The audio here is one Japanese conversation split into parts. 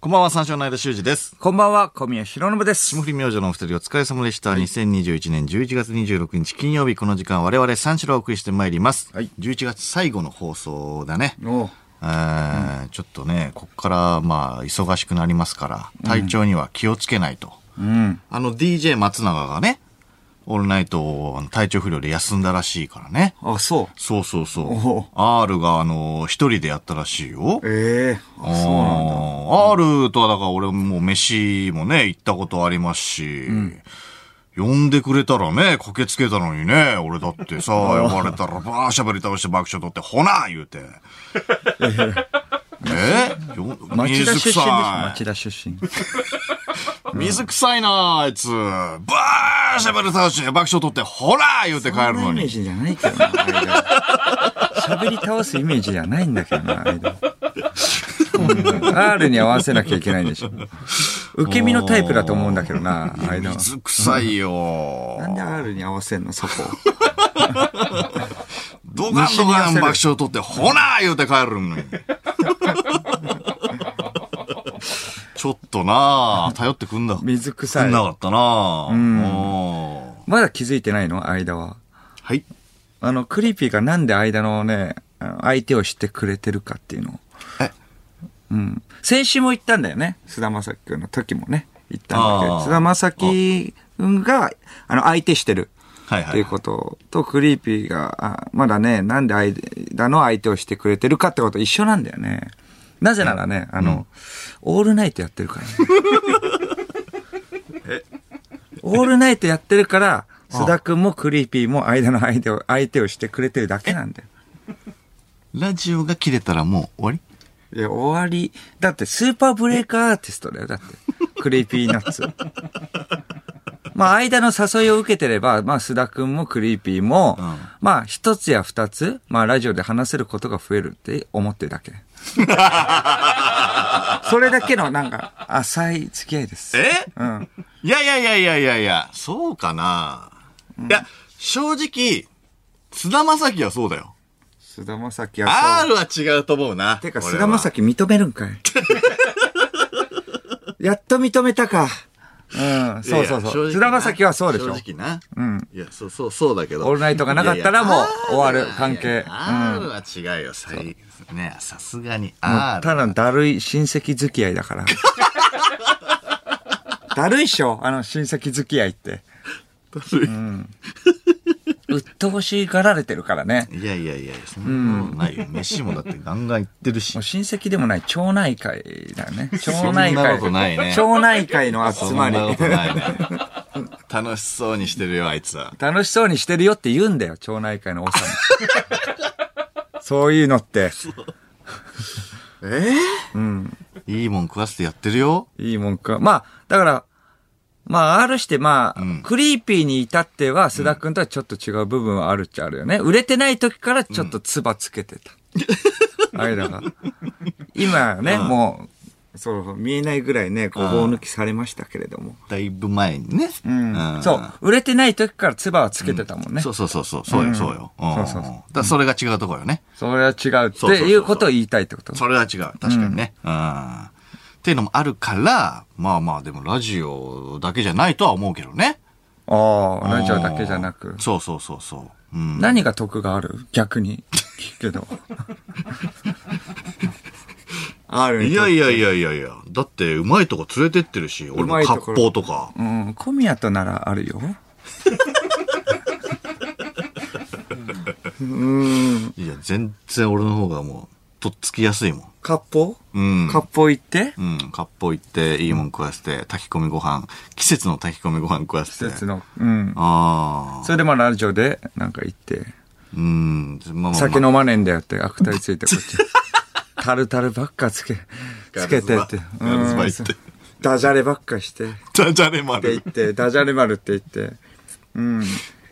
こんばんは、三章の間修二です。こんばんは、小宮弘信です。霜降り明星のお二人お疲れ様でした。2021年11月26日金曜日、この時間我々三章をお送りしてまいります。はい11月最後の放送だね。おうえーちょっとね、ここからまあ忙しくなりますから、体調には気をつけないと。うん。あの DJ 松永がね、オールナイトをあの体調不良で休んだらしいからね。あ、そそうそうそおう。R があの、一人でやったらしいよう。。ええあ、そうなんだ。あー R とはだから俺も飯もね、行ったことありますし、呼んでくれたらね、駆けつけたのにね、俺だって さ、呼ばれたらばー喋り倒して爆笑取って、ほな 言うて。えよ町水田出身です。臭町田出身。い。水臭いなあ、あいつ。ばー喋り倒して爆笑取って、ほら言うて帰るのイメーに。ジじゃないけどな、間喋り倒すイメージじゃないんだけどな、間うん R に合わせなきゃいけないんでしょ。受け身のタイプだと思うんだけどな、間水臭いよ。なんで R に合わせんの、そこ。ドカンドカン爆笑取って、ほなー言うて帰るの に。ちょっとなあ頼ってくんだ。く水臭んいな。かったなあんうんまだ気づいてないの、間は。はい。あの、クリーピーがなんで間のね、あの相手をしてくれてるかっていうのを。えうん。先週も言ったんだよね。菅田将暉君の時もね、言ったんだけあど、ー菅田将暉君が、あの、相手してる。はいっはてい。いうことと、クリーピーが、あまだね、なんで間の相手をしてくれてるかってこと一緒なんだよね。なぜならね、あの、オールナイトやってる からね。オールナイトやってるから、須田くんもクリーピーも間の相手を、相手をしてくれてるだけなんだよ。ラジオが切れたらもう終わりいや、終わり。だって、スーパーブレイクアーティストだよ。だって、クリーピーナッツ。まあ、間の誘いを受けてれば、まあ、須田くんもクリーピーも、うんまあ、一つや二つ、まあ、ラジオで話せることが増えるって思ってる だけ。それだけの、なんか、浅い付き合いです。えうん。いやいやいやいやいやいや、そうかな、いや、正直、菅田将暉はそうだよ。須田まさきはそう。 R は違うと思うな。てか、俺須は田まさき認める んかい。やっと認めたか。うん、そうそうそいやいやう。正直須田まさきはそうでしょ。正直な。うん。いや、そうそう、そうだけど。オールナイトがなかったらもう終わる関係あるは違うよ、さい。ねさすがに。もあうただだるい親戚付き合い だから。だるいっしょあの親戚付き合いって。鬱陶しがられてるからね。いやいやいや、そんなことないよ。飯もだってガンガン行って るしもう。親戚でもない町内会だよね。 町内会。そんなことないね町内会の集そんまなり。ことないね。楽しそうにしてるよ、あいつは。楽しそうにしてるよって言うんだよ、町内会の おっさん。そういうのって、えいいもん食わせてやってるよ。いいもんか。まあ、だから、まあ、R して、まあ、んクリーピーに至っては、須田くんとはちょっと違う部分はあるっちゃあるよね。売れてない時からちょっとツバつけてた。あれだが。今ね、うんもう、そう、見えないぐらいね、ごぼう抜きされましたけれども。だいぶ前にね。うん。そう、売れてない時からツバはつけてたもんね。そそうそうそうそう、そうよ、そうよ。んそうそうそうだからそれが違うところよね。れは違うってそうそうそうそういうことを言いたいってこと。それは違う。確かにね。うん。っていうのもあるから、まあまあ、でもラジオだけじゃないとは思うけどね。ああ、ラジオだけじゃなうくん。そうそうそうそう。うん。何が得がある逆に。聞くけど。R いやいやいやいやいや。だって、うまいとこ連れてってるし、俺うまもいと割ころ烹とか。うん、小宮とならあるよ。うん、いや、全然俺の方がもう、とっつきやすいも割烹ん。うん。割烹行ってうん。割烹行って、いいもん食わせて、炊き込みご飯。季節の炊き込みご飯食わせて。季節の。うん。ああ。それでまあラジオでなんか行って、うん。まあまあまあ酒飲まねえんだよって悪態ついてこっち。タルタルばっかつけ、つけてって。ガールズバー行ってうんダジャレばっかして。じゃじゃねまって言って、ダジャレ丸って言って。うん。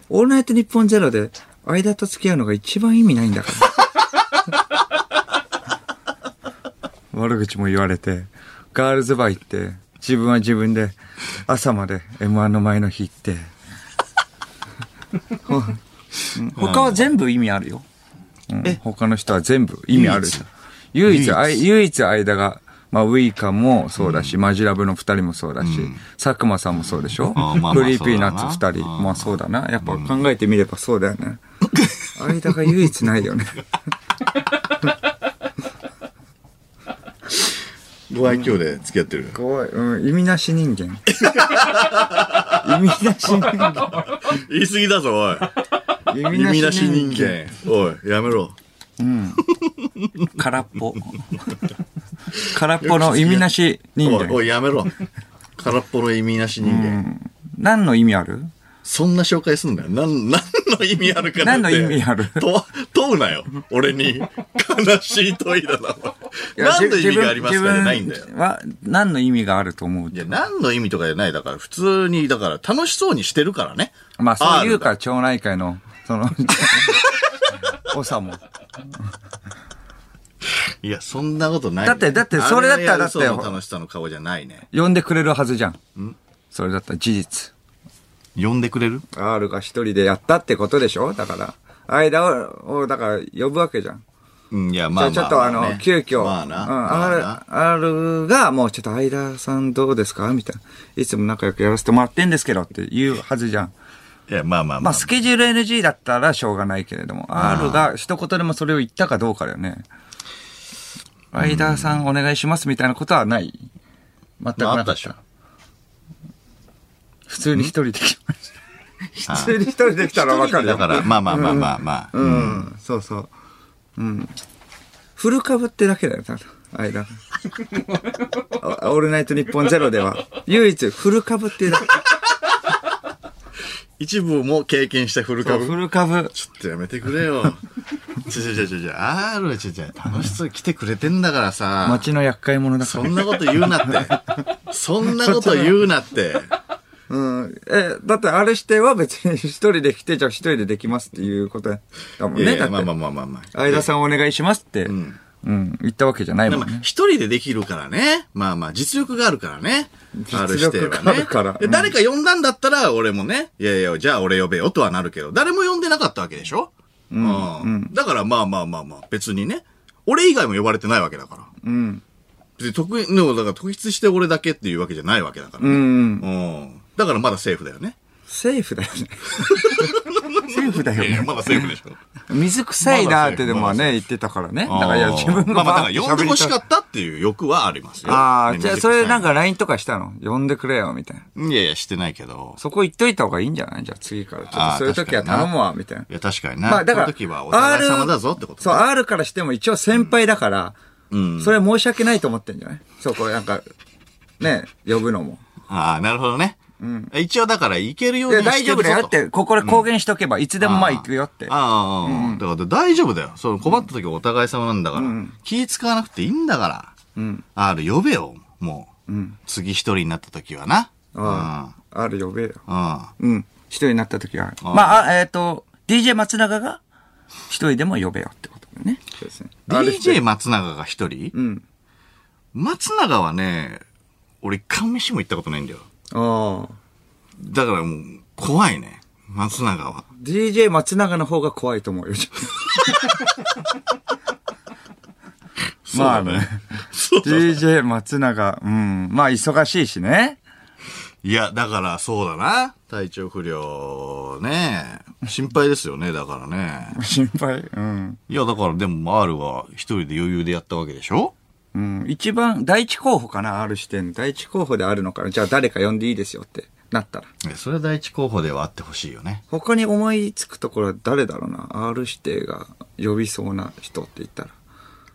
オールナイトニッポンゼロで、間と付き合うのが一番意味ないんだ から。悪口も言われて、ガールズバー行って、自分は自分で、朝まで M1 の前の日行って。 ほうん他は全部意味あるよ。うん他の人は全部意味ある。唯一、あい唯一間がまあ、ウイカもそうだし、マジラブの二人もそうだし、佐久間さんもそうでしょあーまあまあクリーピーナッツそうだ二な人。まあそうだな。やっぱ考えてみればそうだよ ね。間が唯一ないよね。ご愛嬌で付き合ってる。怖い。うん、意味なし人 間。意味なし人間。言い過ぎだぞ、おい。意耳なし人。間。おい、やめろ。空っぽ。空っぽの意味なし人おい、お間。い、やめろ。空っぽの意味なし人間。何の意味あるそんな紹介すんなよ。なん、 何の意味あるかなんて何の意味あると、問うなよ。俺に。悲しい問いだな。いや何のじ意味がありますか自じゃ分ないんだよ。自分は、何の意味があると思ういや、何の意味とかじゃない。だから、普通に、だから、楽しそうにしてるからね。まあ、そういう R か、町内会の、その、 長も。が。いや、そんなことない。だってだってそれだったらあやだって嘘の楽しさの顔じゃないね。呼んでくれるはずじゃん。それだったら事実。呼んでくれる R が一人でやったってことでしょだから。間を、をだから、呼ぶわけじゃん。うん、いや、まあまあ、じゃあちょっとあの、まあね急遽、まあな。うんまあな R、R がもうちょっと間さんどうですかみたいな。いつも仲良くやらせてもらってんですけどって言うはずじゃん。いや、まあまあままああ、。スケジュール NG だったらしょうがないけれども、R が一言でもそれを言ったかどうかだよね。ライダーさんお願いしますみたいなことはない。全くなまああかっったた。でしょ普通に一人で来ました。 普通に一人で来たらわかるよ。だから、まあまあまあまあまあ。うん、そうそう。うん。フル株ってだけだよ、ただ。間。あオールナイトニッポンゼロでは、唯一フル株ってだけ。一部も経験した古そうフル株。ちょっとやめてくれよ。ちょちょちょちょちょ、あーるちょちょ、楽しそうに来てくれてんだからさ。街の厄介者だかそら。んなこと言うなって。そんなこと言うなって。うん。え、だってあれしては別に一人で来て、じゃあ一人でできますっていうことだもんいね。やいや、まあだってまあまあまあまあ。相田さんお願いしますって、うん、言ったわけじゃないでももんね。一人でできるからね。まあまあ、実力があるからね。実力 R 指定はがあねるからでうん誰か呼んだんだったら、俺もね、いやいや、じゃあ俺呼べよとはなるけど、誰も呼んでなかったわけでしょうん。だからまあまあまあまあ、別にね。俺以外も呼ばれてないわけだから。うん。で、特、でもだから特筆して俺だけっていうわけじゃないわけだからうね。ん。うん。だからまだセーフだよね。セーフだよ ね。セーフだよいやいや ね。まだセーフでしょ。水臭いなーってでもまだセーね、フ言ってたからね。だあからいや、自分まがあまあ、だから呼んで喋りほたしかったっていう欲はありますよ。ああ、ねじゃあそれなん。か LINE とかしたの呼んでくれよ、みたいな。いやいや、してないけど。そこ言っといた方がいいんじゃないじゃあ次から。ちょっあとーそういう時は確かにな頼むわ、みたいな。いや、確かにな。まあだから、その時はお互い様だぞってこと R、そう、R からしても一応先輩だから、うん。それは申し訳ないと思ってんじゃないそう、これなんか、ね、呼ぶのも。ああ、なるほどね。一応だから、いけるよいうにや、して大る丈ぞ夫とだよって、ここで公言しとけば、いつでもまあ行くよって。ああ、だから大丈夫だよ。その困った時はお互い様なんだから。気使わなくていいんだから。ん R 呼べよ、もう。次一人になった時はな。ああ、R 呼べよ。うん。うん。うん。一人になった時は。あまあ、あえっと、DJ 松永が、一人でも呼べよってことだね。そうですね。 DJ 松永が一人、うん。松永はね、俺一回も飯も行ったことないんだよ。ああ。だからもう、怖いね。松永は。 DJ 松永の方が怖いと 思うよ。まあね。そうだね。 DJ 松永、うん。まあ、忙しいしね。いや、だからそうだな。体調不良ね。心配ですよね、だからね。心配。うん。いや、だからでも R は一人で余裕でやったわけでしょうん。一番、第一候補かな、R 視点。第一候補であるのかな。じゃあ誰か呼んでいいですよってなったら。いやそれは第一候補ではあってほしいよね。他に思いつくところは誰だろうな。R 指定が呼びそうな人って言ったら。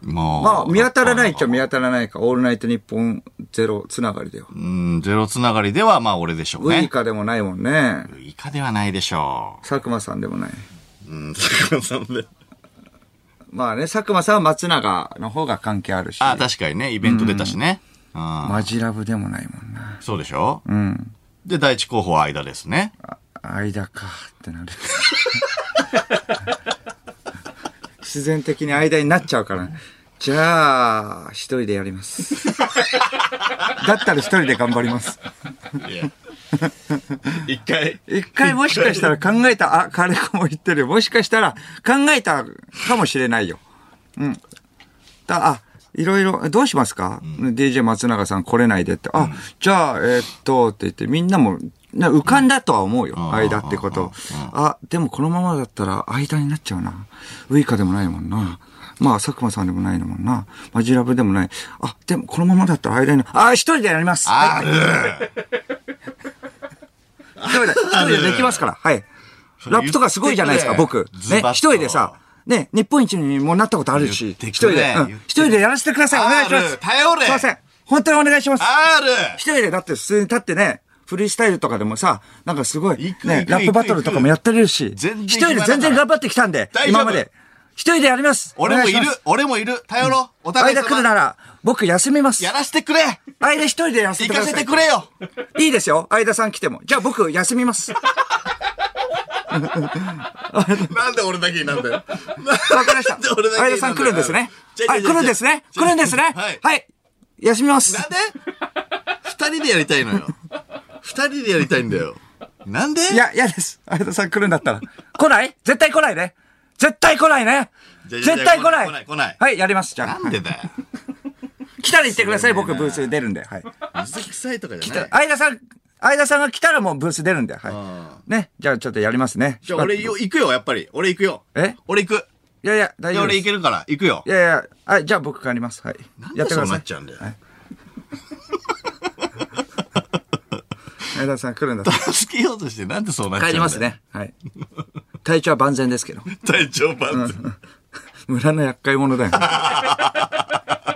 まあ。まあ、見当たらないっちゃ見当たらないか。オールナイトニッポンゼロつながりだよ。うん、ゼロつながりではまあ俺でしょうウイね。カでもないもんね。ウイカではないでしょ佐久間さんでもない。う。うん、坂さんで。まあね、佐久間さんは松永の方が関係あるし。ああ、確かにね、イベント出たしね。うん。マジラブでもないもんな。そうでしょうん。で、第一候補は間ですね。あ間かってなる。 自然的に間になっちゃうから、ね、じゃあ、一人でやり ます。だったら一人で頑張ります。いや 一回。一回もしかしたら考えた、あ、彼子も言ってるよ。もしかしたら考えたかもしれないよ。うん。だあ、いろいろ、どうしますか、?DJ 松永さん来れないでって。あ、じゃあ、えーっと、って言って、みんなも、な浮かんだとは思うよ。ん間ってこと。あ、でもこのままだったら間になっちゃうな。ウイカでもないもんな。まあ、佐久間さんでもないのもんな。マジラブでもない。あ、でもこのままだったら間にな、あ、一人でやります。はいある一人で、一人でできますから。はい。ラップとかすごいじゃないですか、言ってくれ僕。ね、ズバッと一人でさ、ね、日本一にもなったことあるし、言ってくれ一人で、う言ってんくれ一人でやらせてください。お願いしまあする。頼れすいません。本当にお願いします。あ一る人でだって普通に立ってね、フリースタイルとかでもさ、なんかすごい行、く行ね、くラップバトルとかもやってるし、全然一人で全然頑張ってきたんで、大丈夫今まで。一人でやります。俺もいおる願します俺もいる頼ろうお互い間来るな様ら、僕休みますや。らせてくれ間一人でやらせて行かください。せてくれよいいですよ。相田さん来ても。じゃあ僕休みます。なんで俺だけになんだよ。わわかり ました。相田さん来るんですね。はい、来るんですね。来るんですね。はい。はい。休みます。なんで二人でやりたいのよ。二人でやりたいんだよ。なんでいや、嫌です。相田さん来るんだったら。来ない絶対来ないね。絶対来ないね。じゃあ絶対来ない。来ない来ないはい、やります。じゃあ。なんでだよ。来たら言ってください。すごい僕なブース出るんで。はい。水臭いとかじゃない。相田さん、相田さんが来たらもうブース出るんで。はい。ね。じゃあちょっとやりますね。じゃあ俺いよ行くよ、やっぱり。俺行くよ。え俺行く。やいや、い大や丈夫俺で行す。けるから、行くよい。やいや、はい、じゃあ僕帰ります。はい。なやんっでてくそうだなさっい。 ちゃうんだよ。相田さん来るんだったら。助けようとしてなんでそうなっちゃうんだよ帰ります。ね。はい。体調は万全ですけど。 体調万全。村の厄介者だよ。あ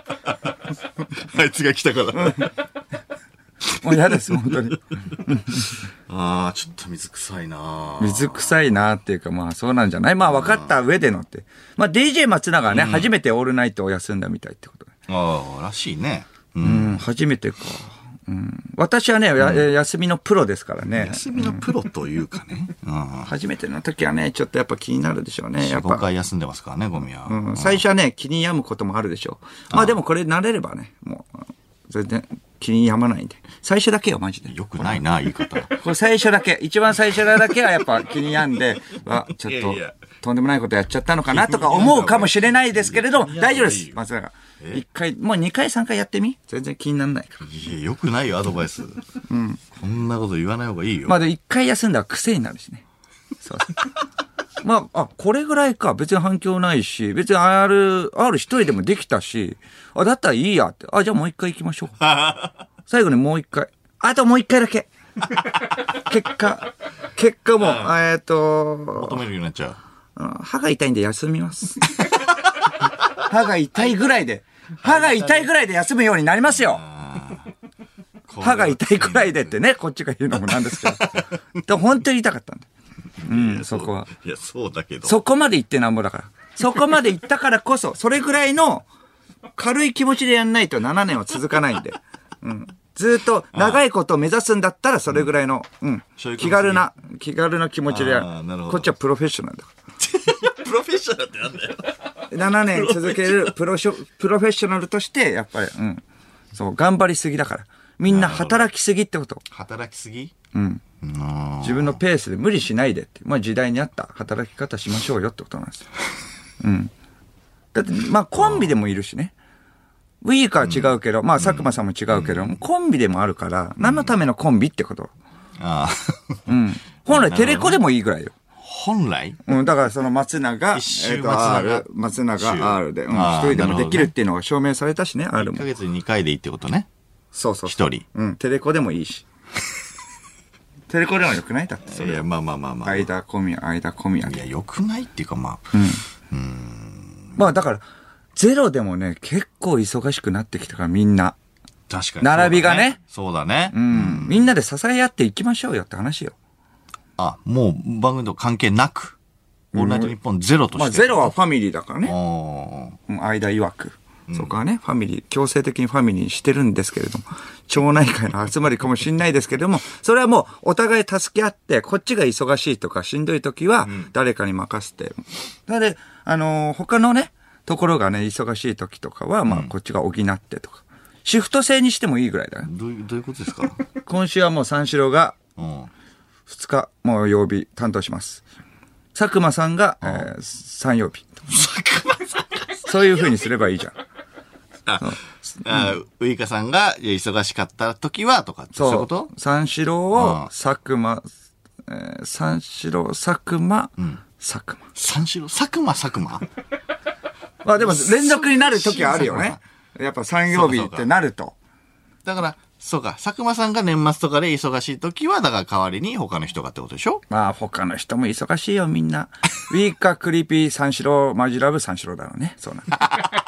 いつが来たから。 もう嫌です、本当に。あー、ちょっと水臭いな水臭いなっていうか、まあそうなんじゃないまあ分かった上でのって。まあ DJ 松永はね、初めてオールナイトを休んだみたいってことね。あー、らしいね。う。うんん、初めてか。うん。私はね、や休みのプロですからね。休みのプロというかね。うん。初めての時はね、ちょっとやっぱ気になるでしょうね。やっ5ぱ。回休んでますからね、ゴミは。うん、最初はね、気に病むこともあるでしょう。まあでもこれ慣れればね、もう、全然気に病まないんで。最初だけよ、マジで。よくないな、言い方。これ最初だけ、一番最初だけはやっぱ気に病 んで、あ、ちょっいとやいや、とんでもないことやっちゃったのかなとか思うかもしれないですけれども、いや大丈夫でいいすよ。松永。一回、もう二回三回やってみ全然気にならないから。いや、よくないよ、アドバイス。こんなこと言わない方がいいよ。まあで一回休んだら癖になるしね。そう そうまあ、あ、これぐらいか。別に反響ないし、別に R、R 一人でもできたし、あ、だったらいいやって。あ、じゃあもう一回行きま しょう。最後にもう一回。あともう一回だけ。結果、結果もう、えっと、求めるようになっちゃう。あ歯が痛いんで休みます。 歯が痛いぐらいで、歯が痛いぐらいで休むようになりますよ。歯が痛いぐらいでってね、こっちが言うのもなんです けど。でも本当に痛かったんだ。うん、そこは。。いや、そうだけど。そこまで行ってなんぼだから。そこまで行ったからこそ、それぐらいの軽い気持ちでやんないと7年は続かないんで。うん。ずっと長いことを目指すんだったら、それぐらいの、うんそういう。こと気軽な、気軽な気持ちであやーなるほ。るどこっちはプロフェッショナルだから。プロフェッショナルってなんだよ。 7年続 けるプロショプロフェッショナルとして、やっぱり、うん。そう、頑張りすぎだから。みんな働きすぎってこと。働きすぎうん。あ自分のペースで無理しないでって。まあ時代に合った働き方しましょうよってことなんですよ。うん。だって、まあコンビでもいるしね。ウィーカーは違うけど、まあ佐久間さんも違うけど、コンビでもあるから、何のためのコンビってこと。あー。うん。本来テレコでもいいぐらいよ。本来うん、だからその松永、一周えっと松永 R 松一周永 R で、うん、あー一人でなるもほどでねきるっていうのが証明されたしね、R も ?1。ヶ月に2回でいいってことね。そうそうそう。一人うん、テレコでもいいし。 テレコでもよくないだってそいれ。や、まあまあまあまあ。い間込み、間込みやで。や、良くないっていうか、まあ。まあだから、ゼロでもね、結構忙しくなってきたからみんな。確かに。並びがねそうだね。そうだうね。ん。みんなで支え合っていきましょうよって話よ。あ、もう番組と関係なく。オールナイト日本ゼロとして。まあゼロはファミリーだからね。おーうん間曰く。そこはね、ファミリー、強制的にファミリーにしてるんですけれども、町内会の 集まりかもしれないですけれども、それはもうお互い助け合って、こっちが忙しいとかしんどい時は、誰かに任せて。なので、あのー他のね、ところがね、忙しい時とかは、まあ、こっちが補ってとか。シフト制にしてもいいぐらいだね。どういう、どういうこと ですか今週はもう三四郎がうん。 2日、もう曜日担当します。佐久間さんが、え3曜日。そういう風にすればいいじゃん。あ、あウイカさんがいや忙しかった時はとかって、そういうこと三四郎うをん佐久間、えー三四郎、佐久間、佐久間。三四郎佐久間佐久間まあでも連続になる時はあるよね。やっぱ産業日ってなると。だから、そうか、佐久間さんが年末とかで忙しい時は、だから代わりに他の人がってことでしょまあ他の人も忙しいよみん な。ウィーカクリーピー三四郎、マジラブ三四郎だろうね。そうなん だ。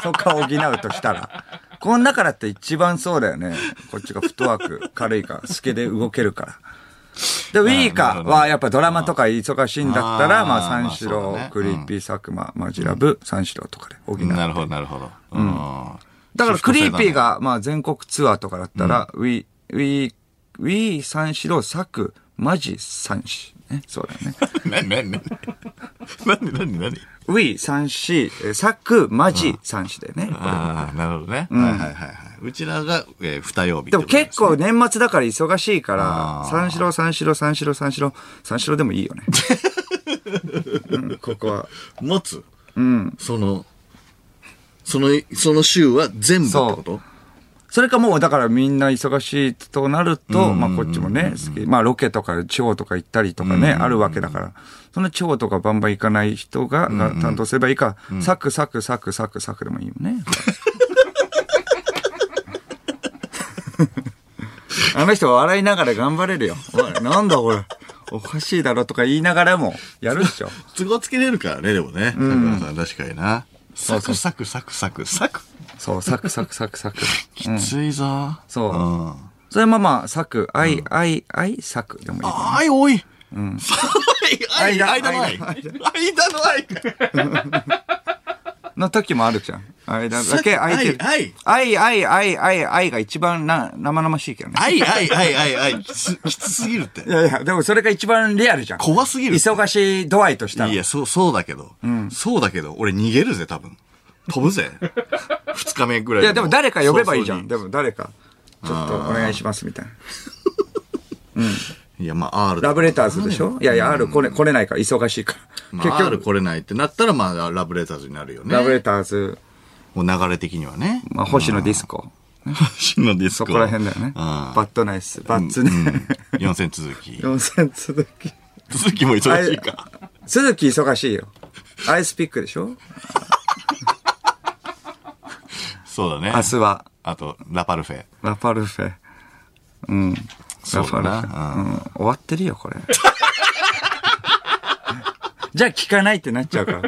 そこは補うとしたら。この中だって一番そうだよね。こっちがフットワーク軽いから、透けで動けるから。で、ウィーカはやっぱドラマとか忙しいんだったら、あーまあ三四郎、まあそうだねクリーピー、佐久間、マジラブ、三四郎とかで補う。なるほど、なるほど。うん。だからクリーピーが、まあ全国ツアーとかだったら、ウィ、ウィ、ウィ三四郎、佐久、マジ三四。ね、そうだよね。 なになになになになになにウィ三四、えーサク、マジ三四だよね。ああ、なるほどね。はいはいはいはい。うちらが、えー、二曜日。でも結。構年末だから忙しいからあ、ー三四郎、三四郎、三四郎、三四郎、三四郎でもい いよね。うんここは。持つ。うん。その、その、その週は全部ってそうことそれかもうだからみんな忙しいとなると、まあこっちもね、好き。まあロケとか地方とか行ったりとかね、あるわけだから。その地方とかバンバン行かない人がが担当すればいいか、サクサクサクサクサクでもいいよね。あの人は笑いながら頑張れるよ。おいなんだこれ。おかしいだろとか言いながらもやるっしょ。都合つけれるからね、でもね。桜さん確かにな。サクサクサクサクサク。そう、サクサクサクサク。きついぞ。そううん。それもまあ、サク、アイ、アイ、アイ、サクでもいい。あい、多い。 うん。愛間間の愛。間間の愛。の時もあるじゃん。間だけ空いてる。愛愛、愛、愛、愛、愛が一番な生々しいけどね。愛、愛、愛、愛、愛。きつきつすぎるってい。やいや、でもそれが一番リアルじゃん。怖すぎる。忙しい度合いとしたら。いや、そう、そうだけど。そうだけど、俺逃げるぜ、多分。飛ぶぜ。 二日目ぐらい。いやでも誰か呼べばいいじゃん。早々でも誰か。ちょっとお願いしますみたいな。に。いや、まあ、R。ラブレターズでしょいやいや、R 来,、ね、来れないから、忙しいから。まあ、R 来れないってなったら、まあ、ラブレターズになるよね。ラブレターズ、もう流れ的にはね。まあ、星野ディスコ。真のディスそコ。こら辺だよね。あバあッドナイス、バッツね。うん四千続き。 4000続き。続きも忙しいか。鈴木忙しいよ。アイスピックでしょそうだね。明日は、あと、ラパルフェ。ラパルフェ。うん。ラそうパだなルフェ。うん。終わってるよ、これ。 じゃあ聞かないってなっちゃうから。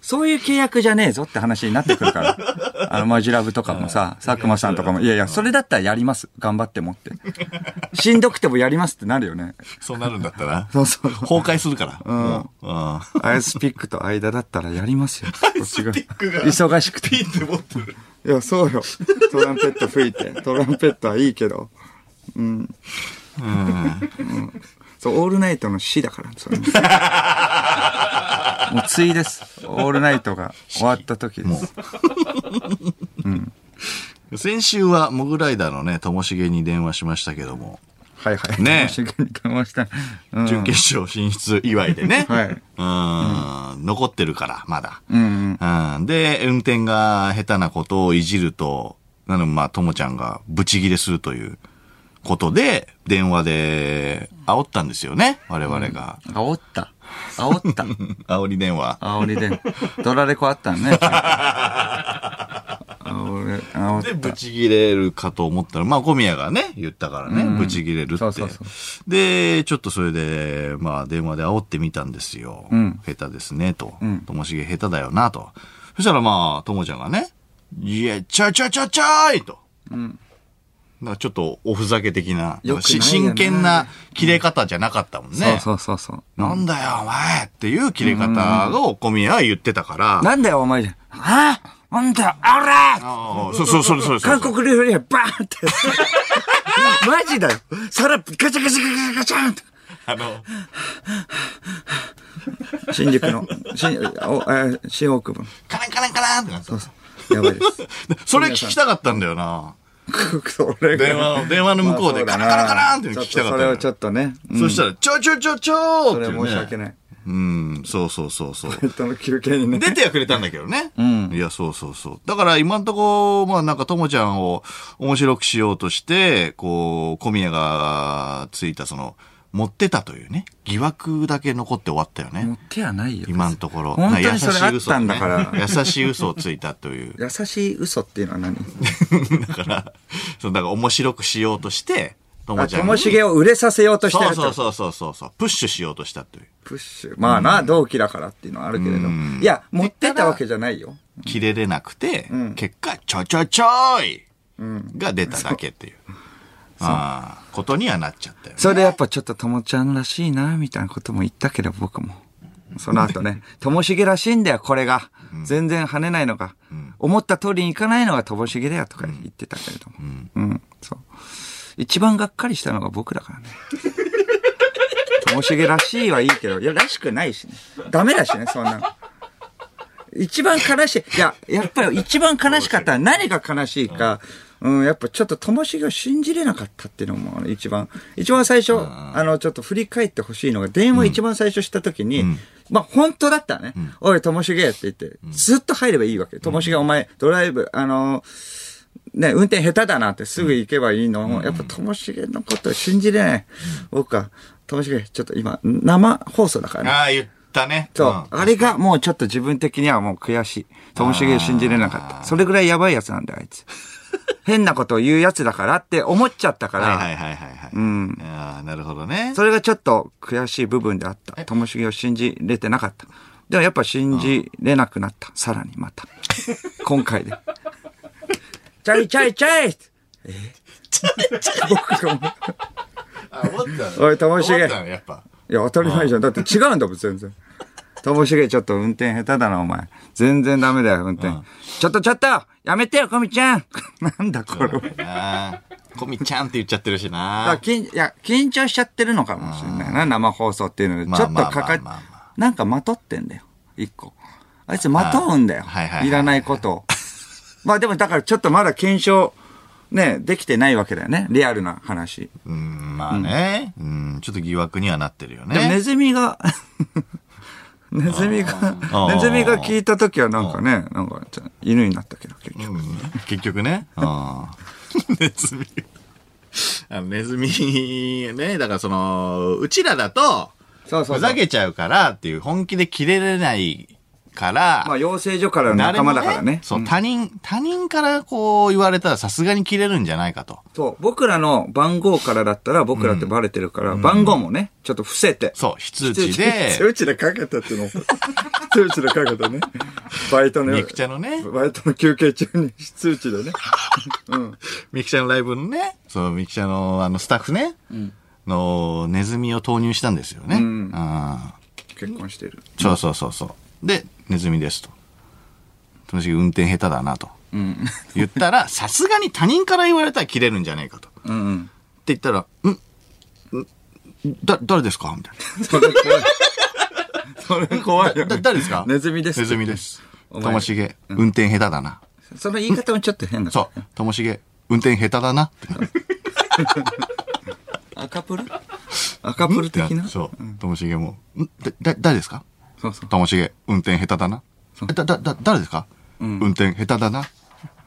そういう契約じゃねえぞって話になってくるから。 あの、マジラブとかもさ、佐久間さんとかも、いやいや、それだったらやります。頑張ってもって。しんどくてもやりますってなるよね。そうなるんだったら。そうそう。崩壊するから。もうん。うん。アイスピックと間だったらやります よ。アイスピックが忙しくて。ピンって持ってる。いや、そうよ。トランペット吹い て。トランペットはいいけど。うん。そう、オールナイトの死だから、そ れもう、ついです。オールナイトが終わった時です。先週は、モグライダーのね、ともしげに電話しましたけども、はいはい。ねえ一生懸命かました。うん。準決勝進出祝いでね。はいうーん、残ってるから、まだ。うん。うん。で、運転が下手なことをいじると、なのでまあ、ともちゃんがブチギレするということで、電話で煽ったんですよね、我々が。煽った。煽った。煽り電話。煽りで。ドラレコあった んね。煽り、煽で、っブチギレるかと思ったら、まあ、小宮がね、言ったからね、ブチギレるって。そうそうそで、ちょっとそれで、まあ、電話で煽ってみたんですよ。ん下手ですね、と。ともしげ下手だよな、と。そしたらまあ、ともちゃんがね、いや、ちゃちゃちゃちゃーいと。なんかちょっとおふざけ的な、よくないよねし真剣な切れ方じゃなかったもんね。た。そうそうそうそう。なんだよ、お前っていう切れ方を小宮は言ってたから。なんだよ、お前じゃ。ああなんだよ、あらああそうそうそうそうそう。韓国料理屋バーンって。 マジだよ。皿ガチャガチャガチャガチャンって。あの、新宿の、新、おえー新大久保の。カランカランカランってなった。やばいです。 それ聞きたかったんだよな。俺が電話の、電話の向こうでカラカラカランって聞きたかったそのれよをちょっとね。うんそしたら、ちょちょちょちょーそっれていうね。申し訳ない。うん、そうそうそうそう。ペットの休憩にね。出てはくれたんだけどね。いや、そうそうそう。だから今んとこ、まあなんかともちゃんを面白くしようとして、こう、小宮がついたその、持ってたというね、疑惑だけ残って終わったよ持っね。てはないよ。今んところ。本当にそれあったんだかなんら。 優しい嘘をついたという。優しい嘘っていうのは何だから、 そう、だから面白くしようとして、とあ、もちゃんとにもしげを売れさせようとしそてるうそうと。そうそうそうそう。プッシュしようとしたという。プッシュ。まあな、同期だからっていうのはあるけれど。いや、持ってたわけじゃないよ。切れれなくて、結果、ちょちょちょいが出ただけっていう。ああ、ことにはなっちゃったよね。それでやっぱちょっとともちゃんらしいな、みたいなことも言ったけど、僕も。その後ね、ともしげらしいんだよ、これが。全然跳ねないのが。思った通りにいかないのがともしげだよ、とか言ってたけれども。うん、そう。一番がっかりしたのが僕 だからね。ともしげらしいはいいけど、いや、らしくないしね。ダメだしね、そんなの。一番悲しい。いや、やっぱり一番悲しかったのは何が悲しいか、うん、やっぱちょっとともしげを信じれなかったっていうのも、一番、一番最初、あの、ちょっと振り返ってほしいのが、電話一番最初した時に、まあ、本当だったらね、おい、ともしげって言って、ずっと入ればいいわけ。ともしげ、お前、ドライブ、あの、ね、運転下手だなってすぐ行けばいいのを、やっぱともしげのことを信じれない。僕は、ともしげ、ちょっと今、生放送だからね。ああ、言ったね。そう、んあれがもうちょっと自分的にはもう悔しい。ともしげを信じれなかった。それぐらいやばいやつなんだよ、あ いつ。変なことを言うやつだからって思っちゃったから、はいはいはいはいはい。んああ、なるほどね。それがちょっと悔しい部分であった。ともしげを信じれてなかった。でもやっぱ信じれなくなった。さらにまた。今回で。チャイチャイチャイ僕がもうあ思ったねおいともしげ思ったねやっぱ。いや、当たり前じゃん。だって違うんだもん、全然。ともしげ、ちょっと運転下手だな、お前。全然ダメだよ、運転。ちょっとちょっとやめてよ、こみちゃん なんだ、これ。だかああ、コミちゃんって言っちゃってるしらな。緊いや、緊張しちゃってるのかもしれないな、生放送っていうので。まあちょっとかかまっあまあまあま、なんかまとってんだよ、一個。あいつまとうんだよはいはいはいは。いいらないことを。 まあでも、だからちょっとまだ検証、ね、できてないわけだよね、リアルな話。うん、まあね。うん、ちょっと疑惑にはなってるよでもネね。ズミが、 ネズミが、ーネズミが聞いたときはなんかね、なんかちょっと犬になったけど、結局。うん結局ね。ああ ネズミ。あのネズミ、ね。だからその、うちらだと、そうふざけちゃうからっていう、本気で切れれないから、まあ、養成所からの仲間だからね。そう、他人、他人からこう言われたらさすがに切れるんじゃないかと。そう、僕らの番号からだったら僕らってバレてるから、番号もね、ちょっと伏せて。そう、非通知で、通知でかけたって の。通知でかけたね。バイトの、ミクちゃんのね、バイトの休憩中に通知でね。ミクちゃんのライブのね、そう、ミクちゃんのあのスタッフね、のネズミを投入したんですよね。んああ結婚してる。そうそうそうそう。で、ネズミですと。ともしげ運転下手だなと。言った ら、さすがに他人から言われたら切れるんじゃないかと。ってうんうん。言ったら、んんだ、誰ですかみたいな。それ怖い。それ怖いよ、だね。誰ですかネズミです。ネズミです。おと前もしげ、運転下手だな。その言い方もちょっと変だ。そう。ともしげ、運転下手だな。赤プル赤プル的なそうそう。ともしげも、んだ、だ、誰ですかそうそう。ともしげ、運転下手だな。えだ、だ、だ、誰ですか運転下手だな。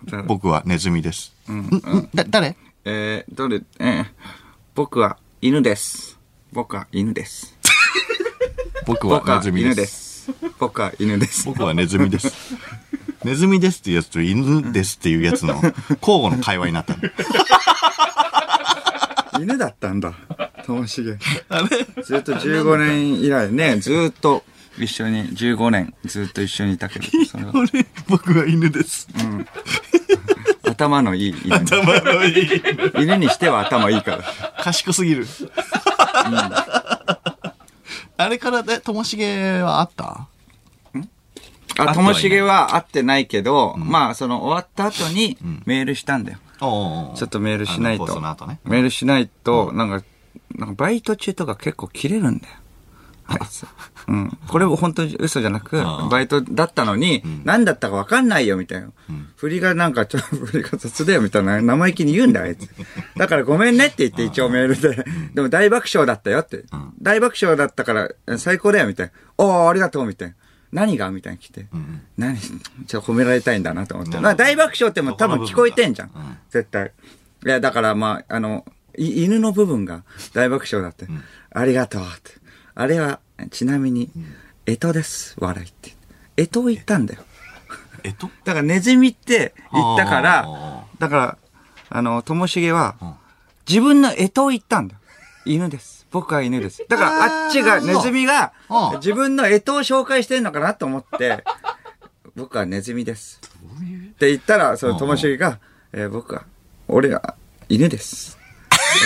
だ僕はネズミです。んんだ、誰えー、どれ、えー、僕は犬です。僕は犬です。僕は僕はネズミ犬で。ですす。僕は犬です。僕はネズミです。 ネズミですっていうやつと犬ですっていうやつの交互の会話になったの。犬だったん だ。ともしげ。ずっと15年以来ね、ずっと一緒に、15年ずっと一緒にいた けど、それは 俺、僕は犬 です。頭のいい犬。頭のいい。犬にしては頭いいから。賢すぎる。あれからで、ともしげはあったあ、ともしげは会ってないけど、まあ、その終わった後にメールしたんだよ。おちょっとメールしないと。あの放送の後ねメールしないと、なんか、なんかバイト中とか結構切れるんだよ。ないです。うん。これも本当に嘘じゃなく、バイトだったのに、何だったか分かんないよ、みたいな。振りがなんか、ちょっと振りが雑だよ、みたいな、生意気に言うんだよ、あ いつ。だからごめんねって言って一応メールで、でも大爆笑だったよって。大爆笑だったからえ最高だよ、みたいな。おー、ありがとう、みたいな。何がみたいに来て。何じゃ褒められたいんだなと思って。まあ大爆笑ってもう多分聞こえてんじゃん。絶対。いや、だからまあ、あの、い犬の部分が大爆笑だって。ありがとうって。あれは、ちなみに、えとです、笑いって。えとを言ったんだよ。えっとだからネズミって言ったかあら、だから、あの、ともしげは、自分の干支を言ったんだ。犬です。僕は犬です。だからあっちが、あーネズミがあー、自分の干支を紹介してんのかなと思って、僕はネズミです。って言ったら、そのともしげが、えー僕は、俺は犬です。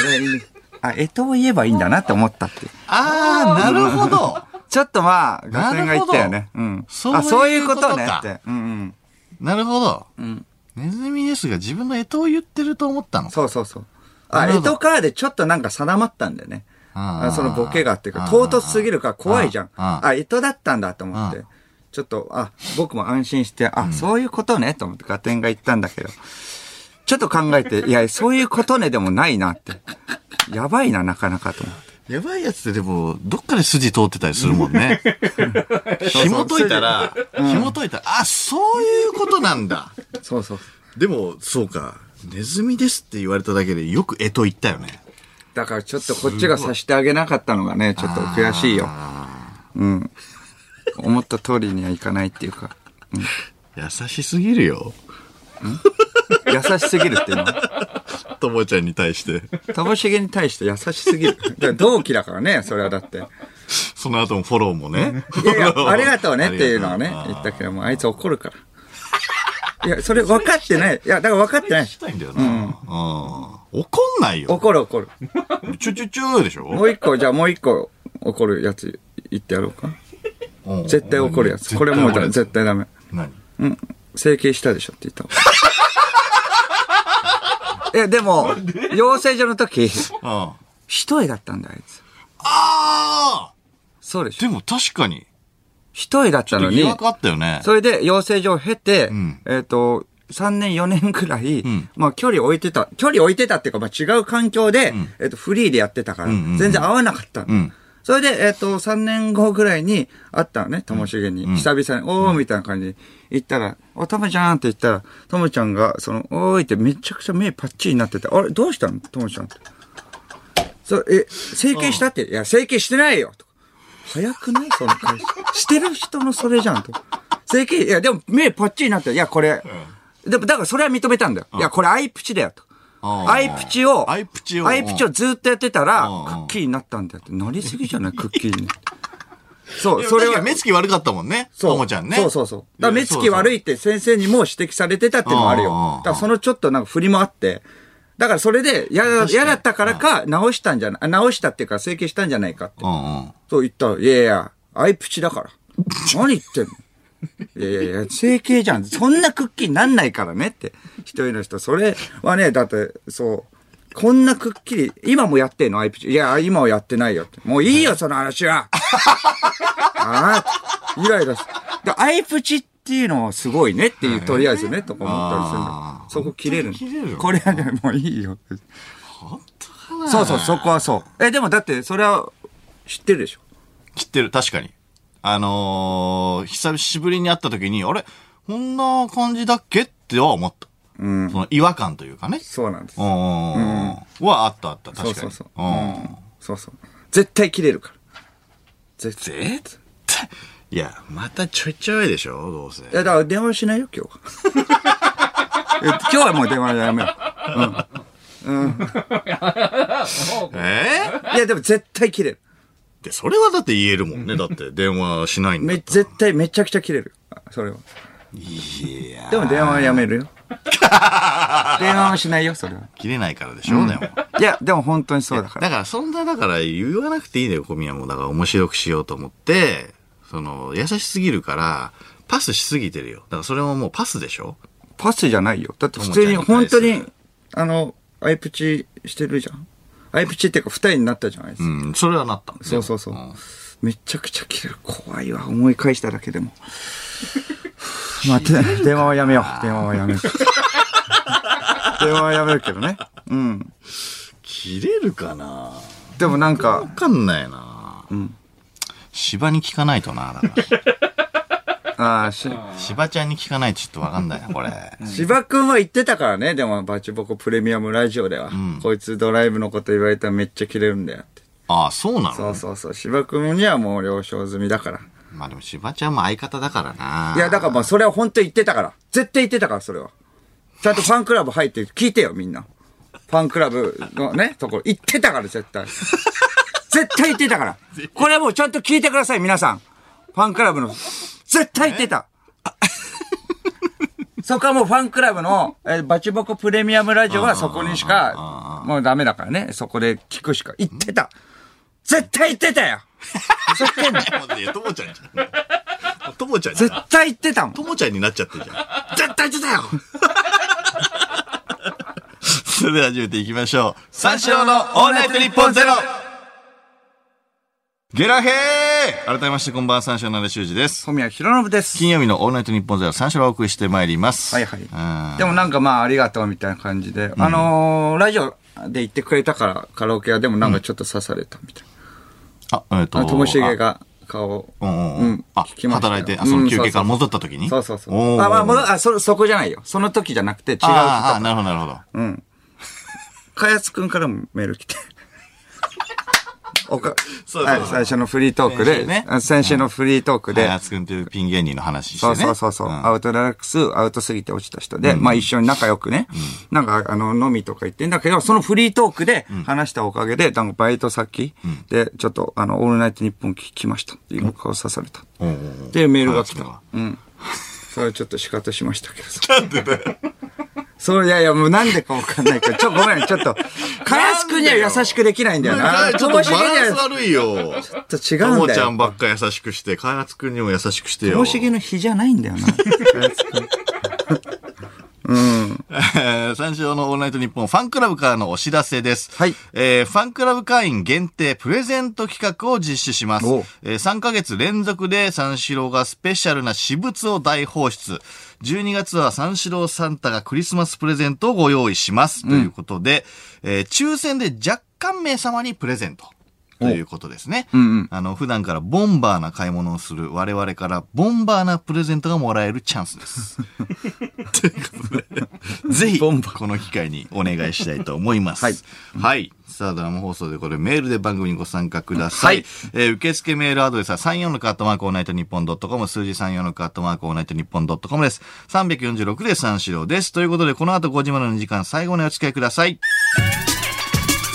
俺は犬。あ、干支を言えばいいんだなって思ったっていう。ああ、なるほど。ちょっとまあ、合戦が言ったよね。うなるほどん。そういうあ、そういうことねことかって。うんうん。なるほど。んネズミですが自分の干支を言ってると思ったのか。そうそうそう。なあ、るエほどトカーでちょっとなんか定まったんだよね。あーあそのボケがっていうか、唐突すぎるから怖いじゃん。ああーエトだったんだと思って。ちょっと、あ、僕も安心して、あ、そういうことね、と思ってガテンが言ったんだけど。ちょっと考えて、いや、そういうことねでもないなって。やばいな、なかなかと思って。やばいやつってでも、どっかで筋通ってたりするもん ね。紐解いたら、紐解いたら、あ、そういうことなんだ。そうそう。でも、そうか。ネズミですって言われただけでよく干支言ったよね。だからちょっとこっちがさしてあげなかったのがね、ちょっと悔しいよ。うん。思った通りにはいかないっていうか。優しすぎるよ。優しすぎるっていうのは。ともちゃんに対して。ともしげに対して優しす ぎる。だから同期だからね、それはだ って。その後もフォローもね。いやい や、ありがとうねっていうのはねあ、り言がっとうたけども、あいつ怒るから。いや、それ分かってない。いや、だから分かってない。したいんだよな。うん怒んないよ。怒る怒る。ちょちょちょでしょもう一個、じゃあもう一個怒るやつ言ってやろうか。うん絶対怒るやつ。絶対これもうだ怒るやつ絶対ダメ。何うん。整形したでしょって言った方が いや、でも、養成所の時、あ一重だったんだよ、あいつ。あそうでしでょ。も確かに。一重だったのに疑、惑あったよね。それで養成所を経て、んえっ、と、3年4年ぐらい、んまあ距離置いてた、距離置いてたっていうか、まあ違う環境で、えっ、と、フリーでやってたから、んうんうん全然合わなかったの、うんそれで、えっ、と、3年後ぐらいに会ったのね、ともしげに、久々に、おーみたいな感じで言ったら、お、ともちゃんって言ったら、ともちゃんが、その、おーいってめちゃくちゃ目パッチリになってて、あれ、どうしたのともちゃんって。そう、え、整形したって、いや、整形してないよとか早くないその会社。してる人のそれじゃんと。整形、いや、でも目パッチリになってるいや、これ、でも、だからそれは認めたんだよ。いや、これアイプチだよと。あーアイプチを、アイプチをアイプチをずっとやってたら、クうんッキーになったんだよって。なりすぎじゃないクッキーに。そう、そそれれはは。目つき悪かったもんね。そうともちゃんね。そうそうそう。だから目つき悪いいって先生にも指摘されてたっていうのもあるようんうんうん。だからそのちょっとなんか振りもあって。だからそれで嫌だ、嫌だったからか、直したんじゃない、あ直したっていうか整形したんじゃないかってや。そうそううんうん。そう言ったら、いやいや、アイプチ だから。何言ってんのいやいやいや、 整形じゃん。そんなクッキーなんないからねって。一人の人、それはね、だって、そう。こんなくっきり、今もやってんのアイプチ。いや、今はやってないよって。もういいよ、その話は。 ああ、イライラする。で、アイプチっていうのはすごいねっていう、とりあえずね、とか思ったりするあの。そこ切れるの本当に切れる。これはね、もういいよ。本当かなそうそう、そこはそう。え、でもだって、それは知ってるでしょ。知ってる、確かに。あのー、久しぶりに会った時に、あれこんな感じだっけっては思った。うん。その違和感というかね。そうなんですう。んうんうんうん。はあったあった、確かそうに。そうそう。んうん。そうそう。絶対切れるから。絶対。い絶対。いや、またちょいちょいでしょどうせ。や、だから電話しないよ、今日は。え今日はもう電話やめよえーう。いや、でも絶対切れる。で、それはだって言えるもんね。だって、電話しないんだめ、。絶対めちゃくちゃ切れる。あそれは。いやでも電話はやめるよ。電話はしないよ、それは。切れないからでしょ、でも。いや、でも本当にそうだかだら。から、そんな、だから言わなくていいのよ、小宮も。だから面白くしようと思って、その、優しすぎるから、パスしすぎてるよ。だからそれももうパスでしょパスじゃないよ。だって普通に、とも本ちゃ当んに対するに、あの、アイプチしてるじゃん。アイプチっていうか、二人になったじゃないですう。かん、それはなった。そうそうそう。めちゃくちゃ切れる。怖いわ。思い返しただけでも。まあ、て電話はやめよう。電話はやめよう。電話はやめるけどね。うん。切れるかなでもなんわか、かんないな。芝に聞かないとな、だ から。ああ、し、芝ちゃんに聞かないとちょっとわかんないな、これ。芝くんは言ってたからね。でも、バチボコプレミアムラジオでは。こいつドライブのこと言われたらめっちゃ切れるんだよって。ああ、そうなそのうそうそう。芝くんにはもう了承済みだから。まあでも芝ちゃんも相方だからな。いや、だからまあ、それは本当に言ってたから。絶対言ってたから、それは。ちゃんとファンクラブ入って聞いてよ、みんな。ファンクラブのね、ところ。言ってたから、絶対。絶対言ってたから。これはもうちゃんと聞いてください、皆さん。ファンクラブの。絶対言ってた。そこはもうファンクラブの、えーバチボコプレミアムラジオはそこにしか、もうダメだからね。そこで聞くしか。言ってた。絶対言ってたよ。ふざけんなら。いや、ともちゃんじゃん。ともちゃんじゃん絶。対言ってたもん。ともちゃんになっちゃってるじゃん。絶対言ってたよ それでは始めていきましょう。三四郎のオールナイトニッポンゼロゲラヘー改めましてこんばんは、三四郎の安田修二です。小宮弘信です。金曜日のオールナイトニッポンゼロ三四郎をお送りしてまいります。はいはうんい。でもなんかまあ、ありがとうみたいな感じで、あのー、ラジオで言ってくれたから、カラオケはでもなんかちょっと刺されたみたいあ、えっと。な。あともしげが顔を。あ。うんうんうん。あ、聞きましたよ働いて、あ、その休憩から戻った時うにんそうそうそうそうおそう。ーあ、まあ、戻あ、そ、そこじゃないよ。その時じゃなくて違う人。あーあー、なるほど、なるほど。うん。かやつくんからもメール 来て。おかそうそうはい最初のフリートーク先週で、ねあ先週のフリートークで、やつくんっていうピン芸人の話してね。そうそうそうそう、んアウトラックス、アウトすぎて落ちた人で、まあ一緒に仲良くね、なんかあの、飲みとか行ってんだけど、そのフリートークで話したおかげで、なんかバイト先で、ちょっとあの、オールナイトニッポン聞きましたっていう顔刺された。おうおうおうで、メールが来あた。そううん。それはちょっと仕方しましたけどさ。なんでだよ。それいやいや、もうなんでかわかんないけど、ちょ、ごめん、ちょっと、かやすくんには優しくできないんだよな。ちょっとバしげランスには悪いよ。ちょっと違とうんもだちゃんよ。ばっか優しくして、開発くんにも優しくしてとよ。もしげの日じゃないんだよ な。かやつくんえー 三四郎のオールナイトニッポンファンクラブからのお知らせです。はいえーファンクラブ会員限定プレゼント企画を実施しますおう。えー3ヶ月連続で三四郎がスペシャルな私物を大放出。12月は三四郎サンタがクリスマスプレゼントをご用意します。ということで、えー抽選で若干名様にプレゼント。ということですね。あの、普段からボンバーな買い物をする我々からボンバーなプレゼントがもらえるチャンスです。ぜひ、ボこンバの機会にお願いしたいと思います。ははいい。さあ、ドラマ放送でこれメールで番組にご参加ください。はいえー受付メールアドレスは34のカットマークオールナイトニッポンドットコム、数字34のカットマークオールナイトニッポンドットコムです。346で三四郎です。ということで、この後5時までの時間、最後までお付き合いください。